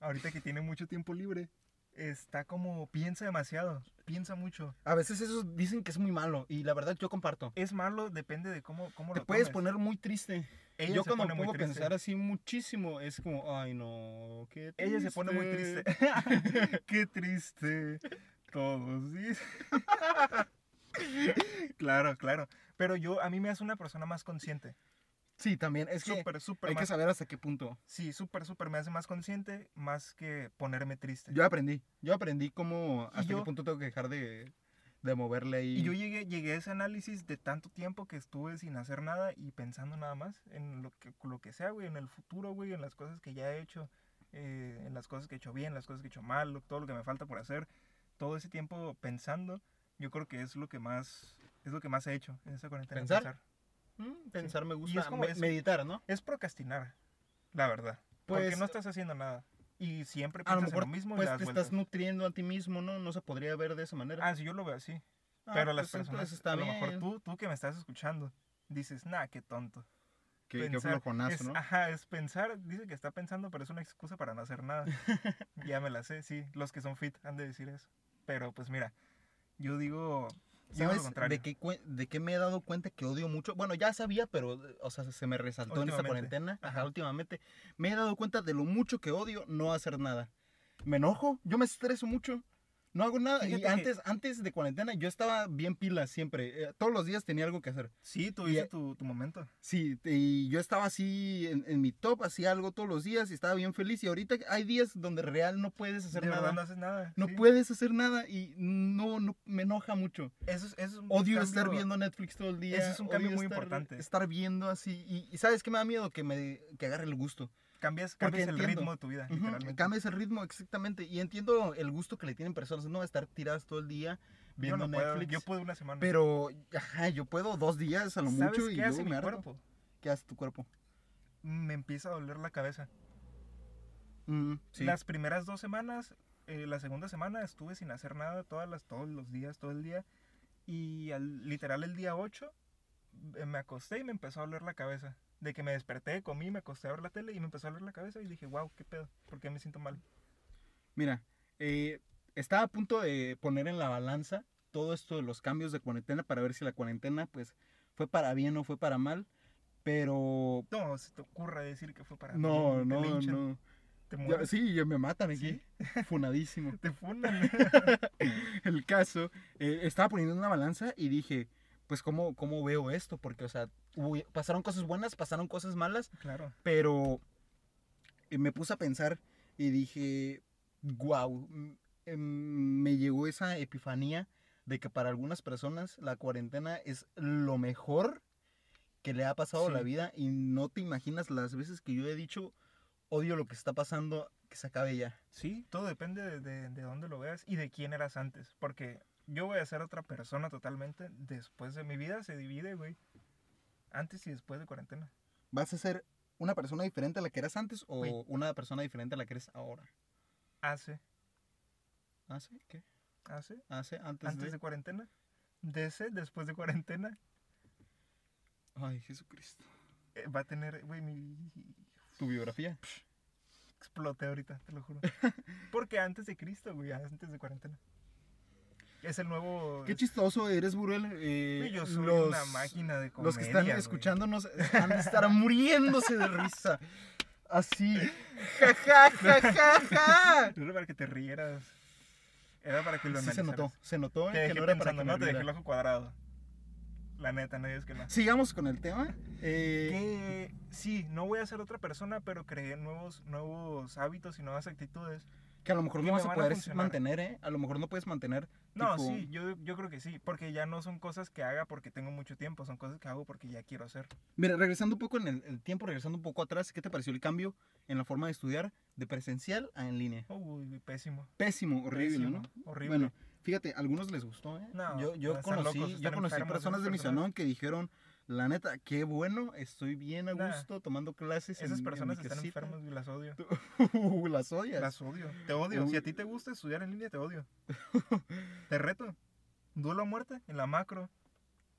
Speaker 1: Ahorita que tiene mucho tiempo libre. Está como, piensa demasiado, piensa mucho.
Speaker 2: a veces esos dicen que es muy malo y la verdad yo comparto
Speaker 1: Es malo, depende de cómo, cómo
Speaker 2: te
Speaker 1: lo
Speaker 2: puedes
Speaker 1: tomes.
Speaker 2: poner muy triste.
Speaker 1: Ella
Speaker 2: Yo
Speaker 1: se
Speaker 2: cuando me
Speaker 1: pone muy
Speaker 2: pongo a
Speaker 1: triste.
Speaker 2: pensar así muchísimo, es como, ay no, qué triste.
Speaker 1: Ella se pone muy triste.
Speaker 2: qué triste. Todos dicen. claro, claro.
Speaker 1: Pero yo, a mí me hace una persona más consciente.
Speaker 2: Sí, también, es que
Speaker 1: Súper, súper
Speaker 2: hay que
Speaker 1: más.
Speaker 2: saber hasta qué punto.
Speaker 1: Sí, súper, súper. Me hace más consciente más que ponerme triste.
Speaker 2: Yo aprendí, yo aprendí cómo,
Speaker 1: Y
Speaker 2: hasta
Speaker 1: yo-
Speaker 2: qué punto tengo que dejar de,
Speaker 8: de moverle ahí.
Speaker 1: Y yo llegué, llegué a ese análisis de tanto tiempo que estuve sin hacer nada y pensando nada más en lo que, lo que sea, güey, en el futuro, güey, en las cosas que ya he hecho, eh, en las cosas que he hecho bien, en las cosas que he hecho mal, lo- todo lo que me falta por hacer. Todo ese tiempo pensando, yo creo que es lo que más, es lo que más he hecho en esa cuarentena.
Speaker 2: ¿Pensar? Mm, Pensar me gusta.
Speaker 1: es como
Speaker 2: me-
Speaker 1: eso.
Speaker 2: meditar, ¿no?
Speaker 1: Es procrastinar, la verdad.
Speaker 2: Pues,
Speaker 1: porque no estás haciendo nada. Y siempre
Speaker 2: A lo
Speaker 1: piensas
Speaker 2: mejor
Speaker 1: en lo mismo y
Speaker 2: pues
Speaker 1: le das
Speaker 2: te
Speaker 1: vueltas.
Speaker 2: estás nutriendo a ti mismo, ¿no? No se podría ver de esa manera.
Speaker 1: Ah, sí, yo lo veo así.
Speaker 2: Ah,
Speaker 1: Pero las
Speaker 2: pues,
Speaker 1: personas,
Speaker 2: entonces está
Speaker 1: a lo mejor
Speaker 2: bien.
Speaker 1: tú, tú que me estás escuchando, dices, nah, qué tonto.
Speaker 8: que qué
Speaker 1: pensar
Speaker 8: flojonazo,
Speaker 1: es-
Speaker 8: ¿no?
Speaker 1: Ajá, es pensar, dice que está pensando, pero es una excusa para no hacer nada. ya me la sé, sí, los que son fit han de decir eso. Pero pues mira, yo digo, digo lo
Speaker 2: ¿Sabes
Speaker 1: contrario.
Speaker 2: de qué, cue- de qué me he dado cuenta que odio mucho? Bueno, ya sabía, pero, o sea, se me resaltó en esta
Speaker 1: Últimamente.
Speaker 2: cuarentena. Ajá,
Speaker 1: Ajá.
Speaker 2: últimamente. Me he dado cuenta de lo mucho que odio no hacer nada. Me enojo, yo me estreso mucho. No hago nada.
Speaker 1: Fíjate
Speaker 2: Y
Speaker 1: que-
Speaker 2: antes, antes de cuarentena yo estaba bien pila siempre. eh, todos los días tenía algo que hacer.
Speaker 1: Sí, tuviste
Speaker 2: y-
Speaker 1: tu, tu momento.
Speaker 2: Sí, te- y yo estaba así en, en mi top, hacía algo todos los días y estaba bien feliz. Y ahorita hay días donde real no puedes hacer
Speaker 1: De verdad
Speaker 2: nada.
Speaker 1: no haces nada.
Speaker 2: No
Speaker 1: sí.
Speaker 2: puedes hacer nada y no, no me enoja mucho.
Speaker 1: Eso es, eso es un
Speaker 2: Odio
Speaker 1: cambio-
Speaker 2: estar viendo Netflix todo el día.
Speaker 1: Ese es un
Speaker 2: odio
Speaker 1: cambio muy
Speaker 2: estar-
Speaker 1: importante.
Speaker 2: Estar viendo así. Y, y ¿sabes qué me da miedo? Que me que agarre el gusto.
Speaker 1: Cambias,
Speaker 2: Porque
Speaker 1: cambias el
Speaker 2: entiendo.
Speaker 1: ritmo de tu vida,
Speaker 2: Ujú,
Speaker 1: literalmente.
Speaker 2: Cambias el ritmo, exactamente. Y entiendo el gusto que le tienen personas. No estar tiradas todo el día
Speaker 1: Yo
Speaker 2: viendo
Speaker 1: no puedo,
Speaker 2: Netflix.
Speaker 1: yo puedo una semana.
Speaker 2: Pero, ajá, yo puedo dos días a lo
Speaker 1: ¿Sabes
Speaker 2: mucho y
Speaker 1: qué hace
Speaker 2: luego
Speaker 1: mi
Speaker 2: me harto.
Speaker 1: cuerpo?
Speaker 2: ¿Qué hace tu cuerpo?
Speaker 1: Me empieza a doler la cabeza.
Speaker 2: Mm, sí.
Speaker 1: Las primeras dos semanas, eh, la segunda semana estuve sin hacer nada todas las, todos los días, todo el día. Y al, literal el día 8 me acosté y me empezó a doler la cabeza. De que me desperté, comí, me acosté a ver la tele y me empezó a doler la cabeza y dije, wow, qué pedo, ¿por qué me siento mal?
Speaker 2: Mira, eh, estaba a punto de poner en la balanza todo esto de los cambios de cuarentena para ver si la cuarentena, pues, fue para bien o fue para mal. Pero
Speaker 1: No, se te ocurra decir que fue para
Speaker 2: No,
Speaker 1: bien, te
Speaker 2: no,
Speaker 1: linchan,
Speaker 2: no.
Speaker 1: Te
Speaker 2: Ya-
Speaker 1: mueres,
Speaker 2: sí, ya me matan aquí. Funadísimo.
Speaker 1: te fundan.
Speaker 2: El caso, eh, estaba poniendo una balanza y dije, pues, ¿cómo, cómo veo esto? Porque, o sea, hubo- pasaron cosas buenas, pasaron cosas malas,
Speaker 1: claro.
Speaker 2: pero eh, me puse a pensar y dije, wow, me llegó esa epifanía de que para algunas personas la cuarentena es lo mejor que le ha pasado a la
Speaker 1: Sí.
Speaker 2: vida y no te imaginas las veces que yo he dicho, odio lo que está pasando, que se acabe ya.
Speaker 1: Sí, todo depende de, de, de dónde lo veas y de quién eras antes. Porque yo voy a ser otra persona totalmente después de mi vida, se divide, güey. Antes y después de cuarentena.
Speaker 2: ¿Vas a ser una persona diferente a la que eras antes o
Speaker 1: Güey.
Speaker 2: una persona diferente a la que eres ahora?
Speaker 1: Hace,
Speaker 2: ¿Hace qué?
Speaker 1: hace,
Speaker 2: ¿Hace antes,
Speaker 1: antes de
Speaker 2: de...?
Speaker 1: cuarentena. DC, después de cuarentena,
Speaker 2: Ay, Jesucristo.
Speaker 1: eh, va a tener, güey, mi...
Speaker 2: ¿Tu biografía?
Speaker 1: Pues, Exploté ahorita, te lo juro. Porque antes de Cristo, güey, antes de cuarentena. Es el nuevo...
Speaker 2: Qué chistoso eres, Burel.
Speaker 1: Güey,
Speaker 2: Eh,
Speaker 1: yo soy
Speaker 2: los,
Speaker 1: una máquina de comedia,
Speaker 2: los que están
Speaker 1: güey.
Speaker 2: escuchándonos van a estar muriéndose de risa. Así. Ja, ja, ja, ja, ja.
Speaker 1: No era para que te rieras. Era para que lo
Speaker 2: Sí, se
Speaker 1: analizaras.
Speaker 2: notó, se notó eh,
Speaker 1: Te dejé
Speaker 2: que no era para
Speaker 1: pensando,
Speaker 2: que
Speaker 1: no
Speaker 2: me
Speaker 1: te dejé el
Speaker 2: riera.
Speaker 1: ojo cuadrado. La neta, no es que no.
Speaker 2: Sigamos con el tema. Eh,
Speaker 1: Que sí, no voy a ser otra persona, pero creé nuevos, nuevos hábitos y nuevas actitudes.
Speaker 2: que a lo mejor
Speaker 1: que
Speaker 2: no
Speaker 1: me
Speaker 2: vas a
Speaker 1: van a
Speaker 2: poder
Speaker 1: funcionar.
Speaker 2: mantener, ¿eh? A lo mejor no puedes mantener.
Speaker 1: No,
Speaker 2: tipo,
Speaker 1: sí, yo, yo creo que sí, porque ya no son cosas que haga porque tengo mucho tiempo, son cosas que hago porque ya quiero hacer.
Speaker 2: Mira, regresando un poco en el, el tiempo, regresando un poco atrás, ¿qué te pareció el cambio en la forma de estudiar de presencial a en línea?
Speaker 1: Uy, pésimo.
Speaker 2: Pésimo, horrible,
Speaker 1: pésimo,
Speaker 2: ¿no?
Speaker 1: Horrible.
Speaker 2: Bueno, fíjate, a algunos les gustó, ¿eh?
Speaker 1: No,
Speaker 2: yo yo
Speaker 1: están
Speaker 2: conocí,
Speaker 1: locos,
Speaker 2: yo
Speaker 1: están
Speaker 2: conocí
Speaker 1: enfermos
Speaker 2: personas
Speaker 1: esas
Speaker 2: de mi
Speaker 1: personas.
Speaker 2: salón que dijeron, la neta, qué bueno, estoy bien a
Speaker 1: Nah.
Speaker 2: gusto tomando clases. en-
Speaker 1: Esas
Speaker 2: en mi
Speaker 1: personas están
Speaker 2: casita".
Speaker 1: enfermas y las odio.
Speaker 2: Uh, las ollas.
Speaker 1: Las odio. Te odio.
Speaker 2: Uy.
Speaker 1: Si a ti te gusta estudiar en línea, te odio. te reto. Duelo a muerte en la macro.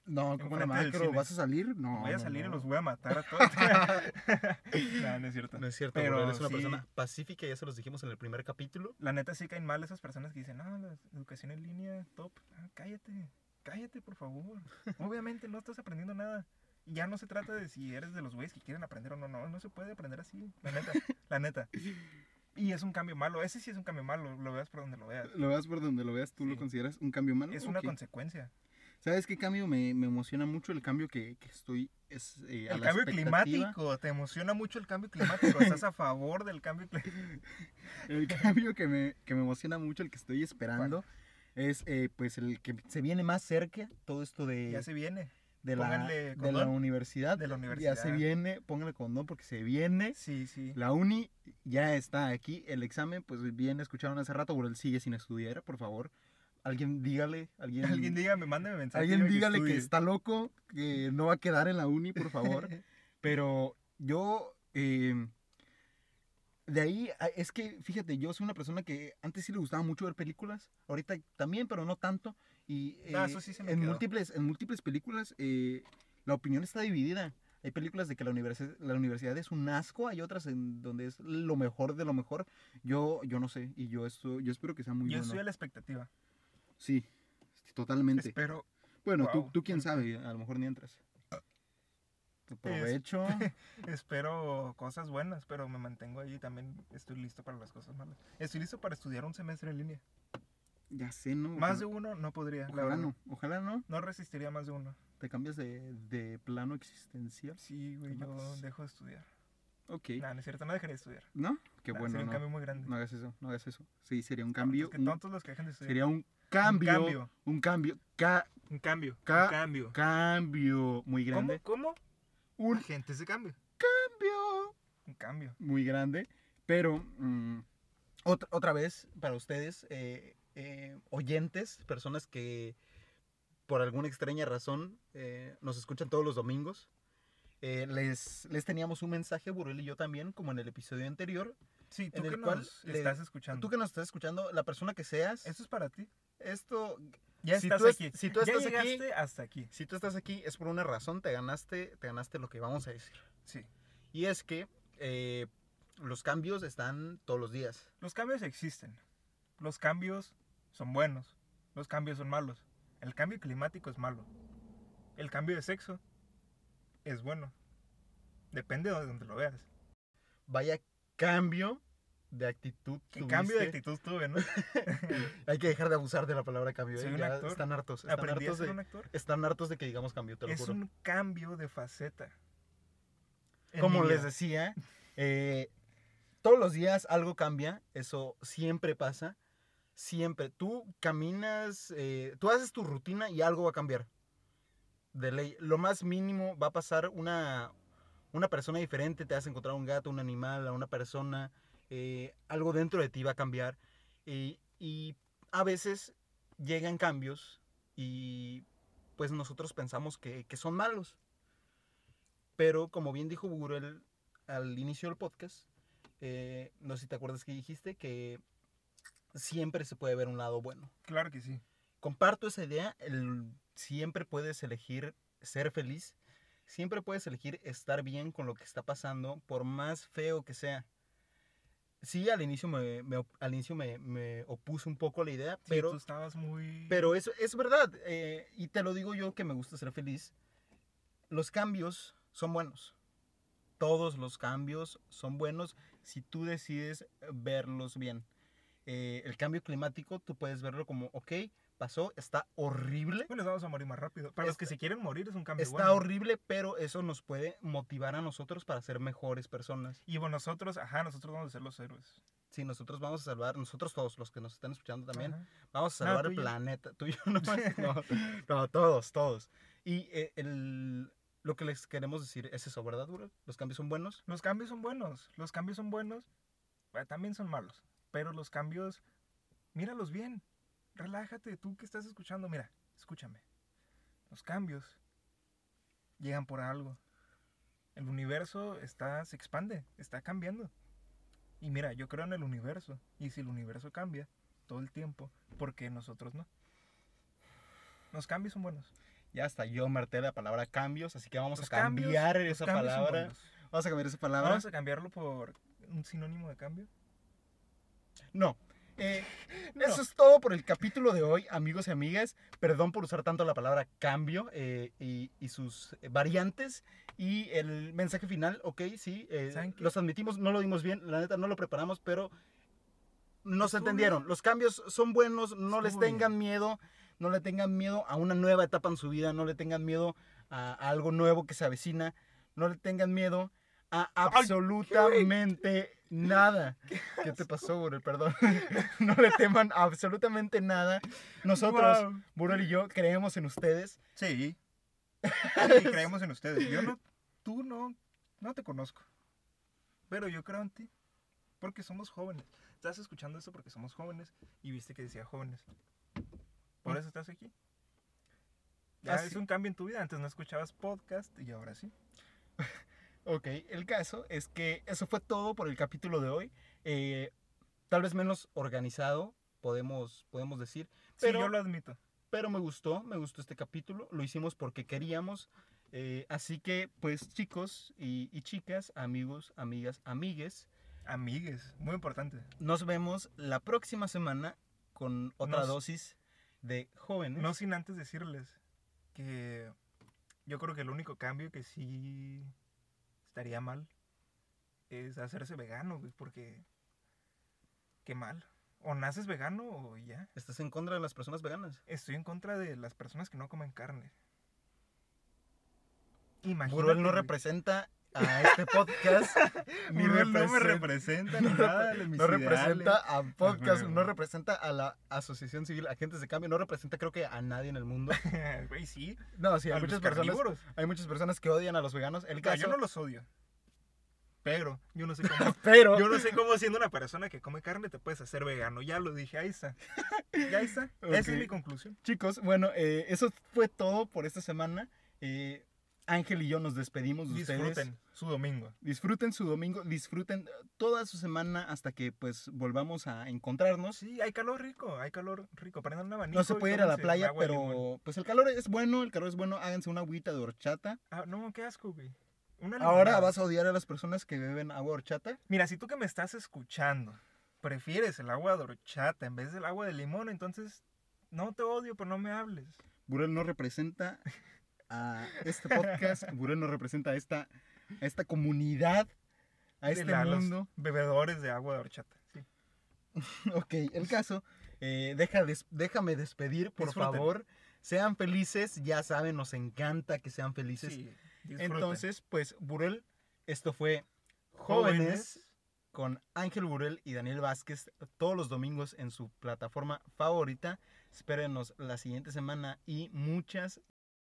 Speaker 2: No, como una
Speaker 1: enfrente del
Speaker 2: macro,
Speaker 1: cine.
Speaker 2: ¿vas a salir? No.
Speaker 1: Voy a
Speaker 2: no,
Speaker 1: salir
Speaker 2: no.
Speaker 1: y los voy a matar a todos. no, no es cierto.
Speaker 2: No es cierto,
Speaker 1: Pero
Speaker 2: pero eres una
Speaker 1: sí.
Speaker 2: persona pacífica, ya se los dijimos en el primer capítulo.
Speaker 1: La neta sí caen mal esas personas que dicen, no, la educación en línea, top. Ah, cállate, cállate, por favor. Obviamente no estás aprendiendo nada. Y Ya no se trata de si eres de los güeyes que quieren aprender o no, no, no se puede aprender así. La neta, la neta. Y es un cambio malo, ese sí es un cambio malo, lo veas por donde lo veas.
Speaker 2: Lo veas por donde lo veas, tú lo
Speaker 1: Sí.
Speaker 2: consideras un cambio malo.
Speaker 1: Es una
Speaker 2: Ok.
Speaker 1: consecuencia.
Speaker 2: ¿Sabes qué cambio me, me emociona mucho? El cambio que, que estoy. Es, eh, a
Speaker 1: El
Speaker 2: la
Speaker 1: cambio
Speaker 2: expectativa.
Speaker 1: climático, te emociona mucho el cambio climático, estás a favor del cambio climático.
Speaker 2: El cambio que me, que me emociona mucho, el que estoy esperando, es eh, pues el que se viene más cerca todo esto de,
Speaker 1: Ya se viene.
Speaker 2: de, la,
Speaker 1: pónganle
Speaker 2: de
Speaker 1: condón.
Speaker 2: la universidad.
Speaker 1: De la
Speaker 2: Ya se
Speaker 1: universidad.
Speaker 2: viene, pónganle condón porque se viene.
Speaker 1: Sí, sí.
Speaker 2: La uni ya está aquí. El examen, pues bien escucharon hace rato, pero él sigue sin estudiar, por favor. Alguien dígale, alguien,
Speaker 1: Alguien dígame, mándeme mensaje.
Speaker 2: alguien
Speaker 1: yo- yo
Speaker 2: dígale que
Speaker 1: estudio.
Speaker 2: está loco, que no va a quedar en la uni, por favor. Pero yo, eh, de ahí, a- es que, fíjate, yo soy una persona que antes sí le gustaba mucho ver películas, ahorita también, pero no tanto. Y
Speaker 1: Ah,
Speaker 2: eh,
Speaker 1: eso sí se me
Speaker 2: en,
Speaker 1: quedó.
Speaker 2: múltiples, en múltiples películas eh, la opinión está dividida. Hay películas de que la universidad, la universidad es un asco, hay otras en donde es lo mejor de lo mejor. Yo, yo no sé, y yo, esto, yo espero que sea muy
Speaker 1: Yo
Speaker 2: bueno.
Speaker 1: estoy a la expectativa.
Speaker 2: Sí, totalmente.
Speaker 1: Espero.
Speaker 2: Bueno, tú,
Speaker 1: Wow.
Speaker 2: tú quién sabe, a lo mejor ni entras. Aprovecho.
Speaker 1: Espero cosas buenas, pero me mantengo ahí. También estoy listo para las cosas malas. Estoy listo para estudiar un semestre en línea.
Speaker 2: Ya sé, ¿no?
Speaker 1: Más de
Speaker 2: Ojalá-
Speaker 1: uno no podría. la
Speaker 2: Ojalá
Speaker 1: verdad.
Speaker 2: no, ojalá no.
Speaker 1: No resistiría más de uno.
Speaker 2: Te cambias de, de plano existencial.
Speaker 1: Sí, güey, yo dejo de estudiar.
Speaker 2: Ok.
Speaker 1: Nah, no es cierto, no dejaré de estudiar.
Speaker 2: ¿No? Qué
Speaker 1: Nah,
Speaker 2: bueno.
Speaker 1: Sería un
Speaker 2: no.
Speaker 1: cambio muy grande.
Speaker 2: No hagas eso, no hagas eso. Sí, sería un
Speaker 1: Tontos
Speaker 2: cambio.
Speaker 1: que
Speaker 2: un-
Speaker 1: tontos los que dejan de estudiar.
Speaker 2: sería un cambio. Un cambio.
Speaker 1: cambio.
Speaker 2: Un cambio. ca-
Speaker 1: Un cambio.
Speaker 2: Ca-
Speaker 1: un cambio.
Speaker 2: cambio muy
Speaker 1: ¿Cómo?
Speaker 2: grande.
Speaker 1: ¿Cómo?
Speaker 2: Un
Speaker 1: Gente se cambio.
Speaker 2: cambio.
Speaker 1: Un cambio.
Speaker 2: muy grande. Pero mm, ot- otra vez, para ustedes, eh, eh, oyentes, personas que por alguna extraña razón eh, nos escuchan todos los domingos, eh, les, les teníamos un mensaje, Burel y yo también, como en el episodio anterior.
Speaker 1: Sí, tú
Speaker 2: En
Speaker 1: que
Speaker 2: el cual
Speaker 1: nos
Speaker 2: le-
Speaker 1: estás escuchando.
Speaker 2: Tú que nos estás escuchando, la persona que seas,
Speaker 1: Eso es para ti.
Speaker 2: esto,
Speaker 1: Ya
Speaker 2: Si
Speaker 1: estás
Speaker 2: tú es-
Speaker 1: aquí.
Speaker 2: si tú
Speaker 1: ya
Speaker 2: estás aquí-
Speaker 1: llegaste hasta aquí.
Speaker 2: si tú estás aquí, es por una razón, te ganaste, te ganaste lo que vamos a decir.
Speaker 1: Sí.
Speaker 2: Y es que eh, los cambios están todos los días.
Speaker 1: Los cambios existen. Los cambios son buenos. Los cambios son malos. El cambio climático es malo. El cambio de sexo es bueno. Depende de donde lo veas.
Speaker 2: vaya cambio de actitud.
Speaker 1: ¿Qué cambio de
Speaker 2: tuviste.
Speaker 1: actitud tuve, no?
Speaker 2: Hay que dejar de abusar de la palabra cambio.
Speaker 1: Soy
Speaker 2: ¿eh?
Speaker 1: un
Speaker 2: Ya
Speaker 1: actor.
Speaker 2: Están hartos. Están
Speaker 1: Aprendí a
Speaker 2: hartos,
Speaker 1: ser
Speaker 2: de,
Speaker 1: un actor.
Speaker 2: están hartos de que digamos cambio, te lo
Speaker 1: Es
Speaker 2: juro.
Speaker 1: un cambio de faceta. En
Speaker 2: Como
Speaker 1: mi
Speaker 2: les
Speaker 1: vida.
Speaker 2: decía, eh, todos los días algo cambia. Eso siempre pasa. Siempre. Tú caminas, eh, tú haces tu rutina y algo va a cambiar. De ley. Lo más mínimo va a pasar una, una persona diferente. Te vas a encontrar un gato, un animal, a una persona. eh, algo dentro de ti va a cambiar. Y, y a veces llegan cambios y pues nosotros pensamos que, que son malos. Pero como bien dijo Burel al inicio del podcast, eh, no sé si te acuerdas que dijiste que siempre se puede ver un lado bueno.
Speaker 1: Claro que sí.
Speaker 2: Comparto esa idea, el- siempre puedes elegir ser feliz, siempre puedes elegir estar bien con lo que está pasando, por más feo que sea. Sí, al inicio me, me op- al inicio me, me opuse un poco a la idea,
Speaker 1: Sí,
Speaker 2: pero
Speaker 1: tú estabas muy...
Speaker 2: pero es, es verdad, eh, y te lo digo yo que me gusta ser feliz. Los cambios son buenos. Todos los cambios son buenos si tú decides verlos bien. Eh, el cambio climático, tú puedes verlo como, ok, pasó, está horrible.
Speaker 1: Bueno, nos vamos a morir más rápido. Para los que
Speaker 2: Está-
Speaker 1: se quieren morir es un cambio
Speaker 2: Está
Speaker 1: bueno.
Speaker 2: horrible, pero eso nos puede motivar a nosotros para ser mejores personas.
Speaker 1: Y bueno, nosotros, ajá, nosotros vamos a ser los héroes.
Speaker 2: Sí, nosotros vamos a salvar, nosotros todos los que nos están escuchando también,
Speaker 1: Ajá.
Speaker 2: Vamos a
Speaker 1: No,
Speaker 2: salvar
Speaker 1: tú
Speaker 2: el
Speaker 1: y yo.
Speaker 2: planeta. Tú y yo nomás, no, no, todos, todos. Y eh, el, lo que les queremos decir es eso, ¿verdad, Burel? Los cambios son buenos.
Speaker 1: Los cambios son buenos, los cambios son buenos, eh, también son malos, pero los cambios, míralos bien, relájate, tú que estás escuchando, mira, escúchame, los cambios llegan por algo, el universo está, se expande, está cambiando, y mira, yo creo en el universo, y si el universo cambia todo el tiempo, ¿por qué nosotros no? Los cambios son buenos.
Speaker 2: Ya hasta yo me harté de la palabra cambios, así que vamos
Speaker 1: Los
Speaker 2: a cambiar
Speaker 1: cambios-
Speaker 2: esa
Speaker 1: los cambios son
Speaker 2: palabra.
Speaker 1: buenos.
Speaker 2: Vamos a cambiar esa palabra.
Speaker 1: Vamos a cambiarlo por un sinónimo de cambio.
Speaker 2: No. Eh,
Speaker 1: No.
Speaker 2: Eso es todo por el capítulo de hoy, amigos y amigas. Perdón por usar tanto la palabra cambio eh, y, y sus variantes. Y el mensaje final, ok, sí, eh,
Speaker 1: ¿Saben qué?
Speaker 2: los admitimos, no lo dimos bien, la neta no lo preparamos, pero nos
Speaker 1: Estuvo
Speaker 2: entendieron.
Speaker 1: bien.
Speaker 2: Los cambios son buenos, no les
Speaker 1: Estuvo bien.
Speaker 2: tengan miedo, no le tengan miedo a una nueva etapa en su vida, no le tengan miedo a, a algo nuevo que se avecina, no le tengan miedo a absolutamente Nada. ¿Qué te pasó, Burel? Perdón. No le teman absolutamente nada. Nosotros,
Speaker 1: Guau.
Speaker 2: Burel y yo, creemos en ustedes.
Speaker 1: Sí. Sí, creemos en ustedes. Yo no, tú no, no te conozco. Pero yo creo en ti. Porque somos jóvenes. Estás escuchando esto porque somos jóvenes y viste que decía jóvenes. Por eso estás aquí. Ya
Speaker 2: Así-
Speaker 1: es un cambio en tu vida. Antes no escuchabas podcast y ahora sí.
Speaker 2: Ok, el caso es que eso fue todo por el capítulo de hoy. Eh, tal vez menos organizado, podemos, podemos decir.
Speaker 1: Pero
Speaker 2: Pero-
Speaker 1: yo lo admito.
Speaker 2: pero me gustó, me gustó este capítulo, lo hicimos porque queríamos. eh, así que, pues chicos y, y chicas, amigos, amigas, amigues,
Speaker 1: Amigues, muy importante.
Speaker 2: nos vemos la próxima semana con otra
Speaker 1: Nos-
Speaker 2: dosis de jóvenes.
Speaker 1: No sin antes decirles que yo creo que el único cambio que sí estaría mal es hacerse vegano, güey, porque qué mal. O naces vegano o ya.
Speaker 2: ¿Estás en contra de las personas veganas?
Speaker 1: Estoy en contra de las personas que no comen carne. Imagínate.
Speaker 2: Buruel no
Speaker 1: güey.
Speaker 2: representa a este podcast. ni
Speaker 1: Buruel no me
Speaker 2: representa-
Speaker 1: representa
Speaker 2: no
Speaker 1: ni nada. Ah,
Speaker 2: repre-
Speaker 1: de mis
Speaker 2: no
Speaker 1: ideales.
Speaker 2: representa a podcast,
Speaker 1: huevo.
Speaker 2: no representa a la Asociación Civil Agentes de Cambio, no representa creo que a nadie en el mundo.
Speaker 1: Güey, sí.
Speaker 2: No, sí,
Speaker 1: a
Speaker 2: hay
Speaker 1: los
Speaker 2: muchas personas
Speaker 1: carnívoros.
Speaker 2: Hay muchas personas que odian a los veganos. El
Speaker 1: O sea,
Speaker 2: caso,
Speaker 1: yo no los odio. Pero yo no sé cómo
Speaker 2: pero
Speaker 1: Yo no sé cómo siendo una persona que come carne te puedes hacer vegano. Ya lo dije, ahí está. Ya está. Esa
Speaker 2: Ok.
Speaker 1: es mi conclusión.
Speaker 2: chicos, bueno, eh, eso fue todo por esta semana. Eh, Ángel y yo nos despedimos de Pues ustedes.
Speaker 1: Disfruten su domingo.
Speaker 2: Disfruten su domingo, disfruten eh, toda su semana hasta que pues volvamos a encontrarnos.
Speaker 1: Sí, hay calor rico, hay calor rico. Prendan una abanico.
Speaker 2: No se
Speaker 1: y
Speaker 2: puede ir a la
Speaker 1: tómense
Speaker 2: playa,
Speaker 1: agua de limón.
Speaker 2: pero pues el calor es bueno, el calor es bueno, háganse una agüita de horchata.
Speaker 1: Ah, no, qué asco, güey. Una
Speaker 2: Ahora
Speaker 1: limonada.
Speaker 2: vas a odiar a las personas que beben agua de horchata.
Speaker 1: Mira, si tú que me estás escuchando prefieres el agua de horchata en vez del agua de limón, entonces no te odio, pero no me hables.
Speaker 2: Burel no representa a este podcast, Burel no representa a esta, a esta comunidad, a este
Speaker 1: Dile a los
Speaker 2: mundo.
Speaker 1: bebedores de agua de horchata. Sí.
Speaker 2: Ok,
Speaker 1: Pues
Speaker 2: el caso, eh, deja des- déjame despedir, por
Speaker 1: Disfruten.
Speaker 2: favor. Sean felices, ya saben, nos encanta que sean felices.
Speaker 1: Sí, disfruten.
Speaker 2: Entonces, pues, Burel, esto fue Jóvenes,
Speaker 1: Jóvenes.
Speaker 2: con Ángel Burel y Daniel Vázquez todos los domingos en su plataforma favorita. Espérenos la siguiente semana y muchas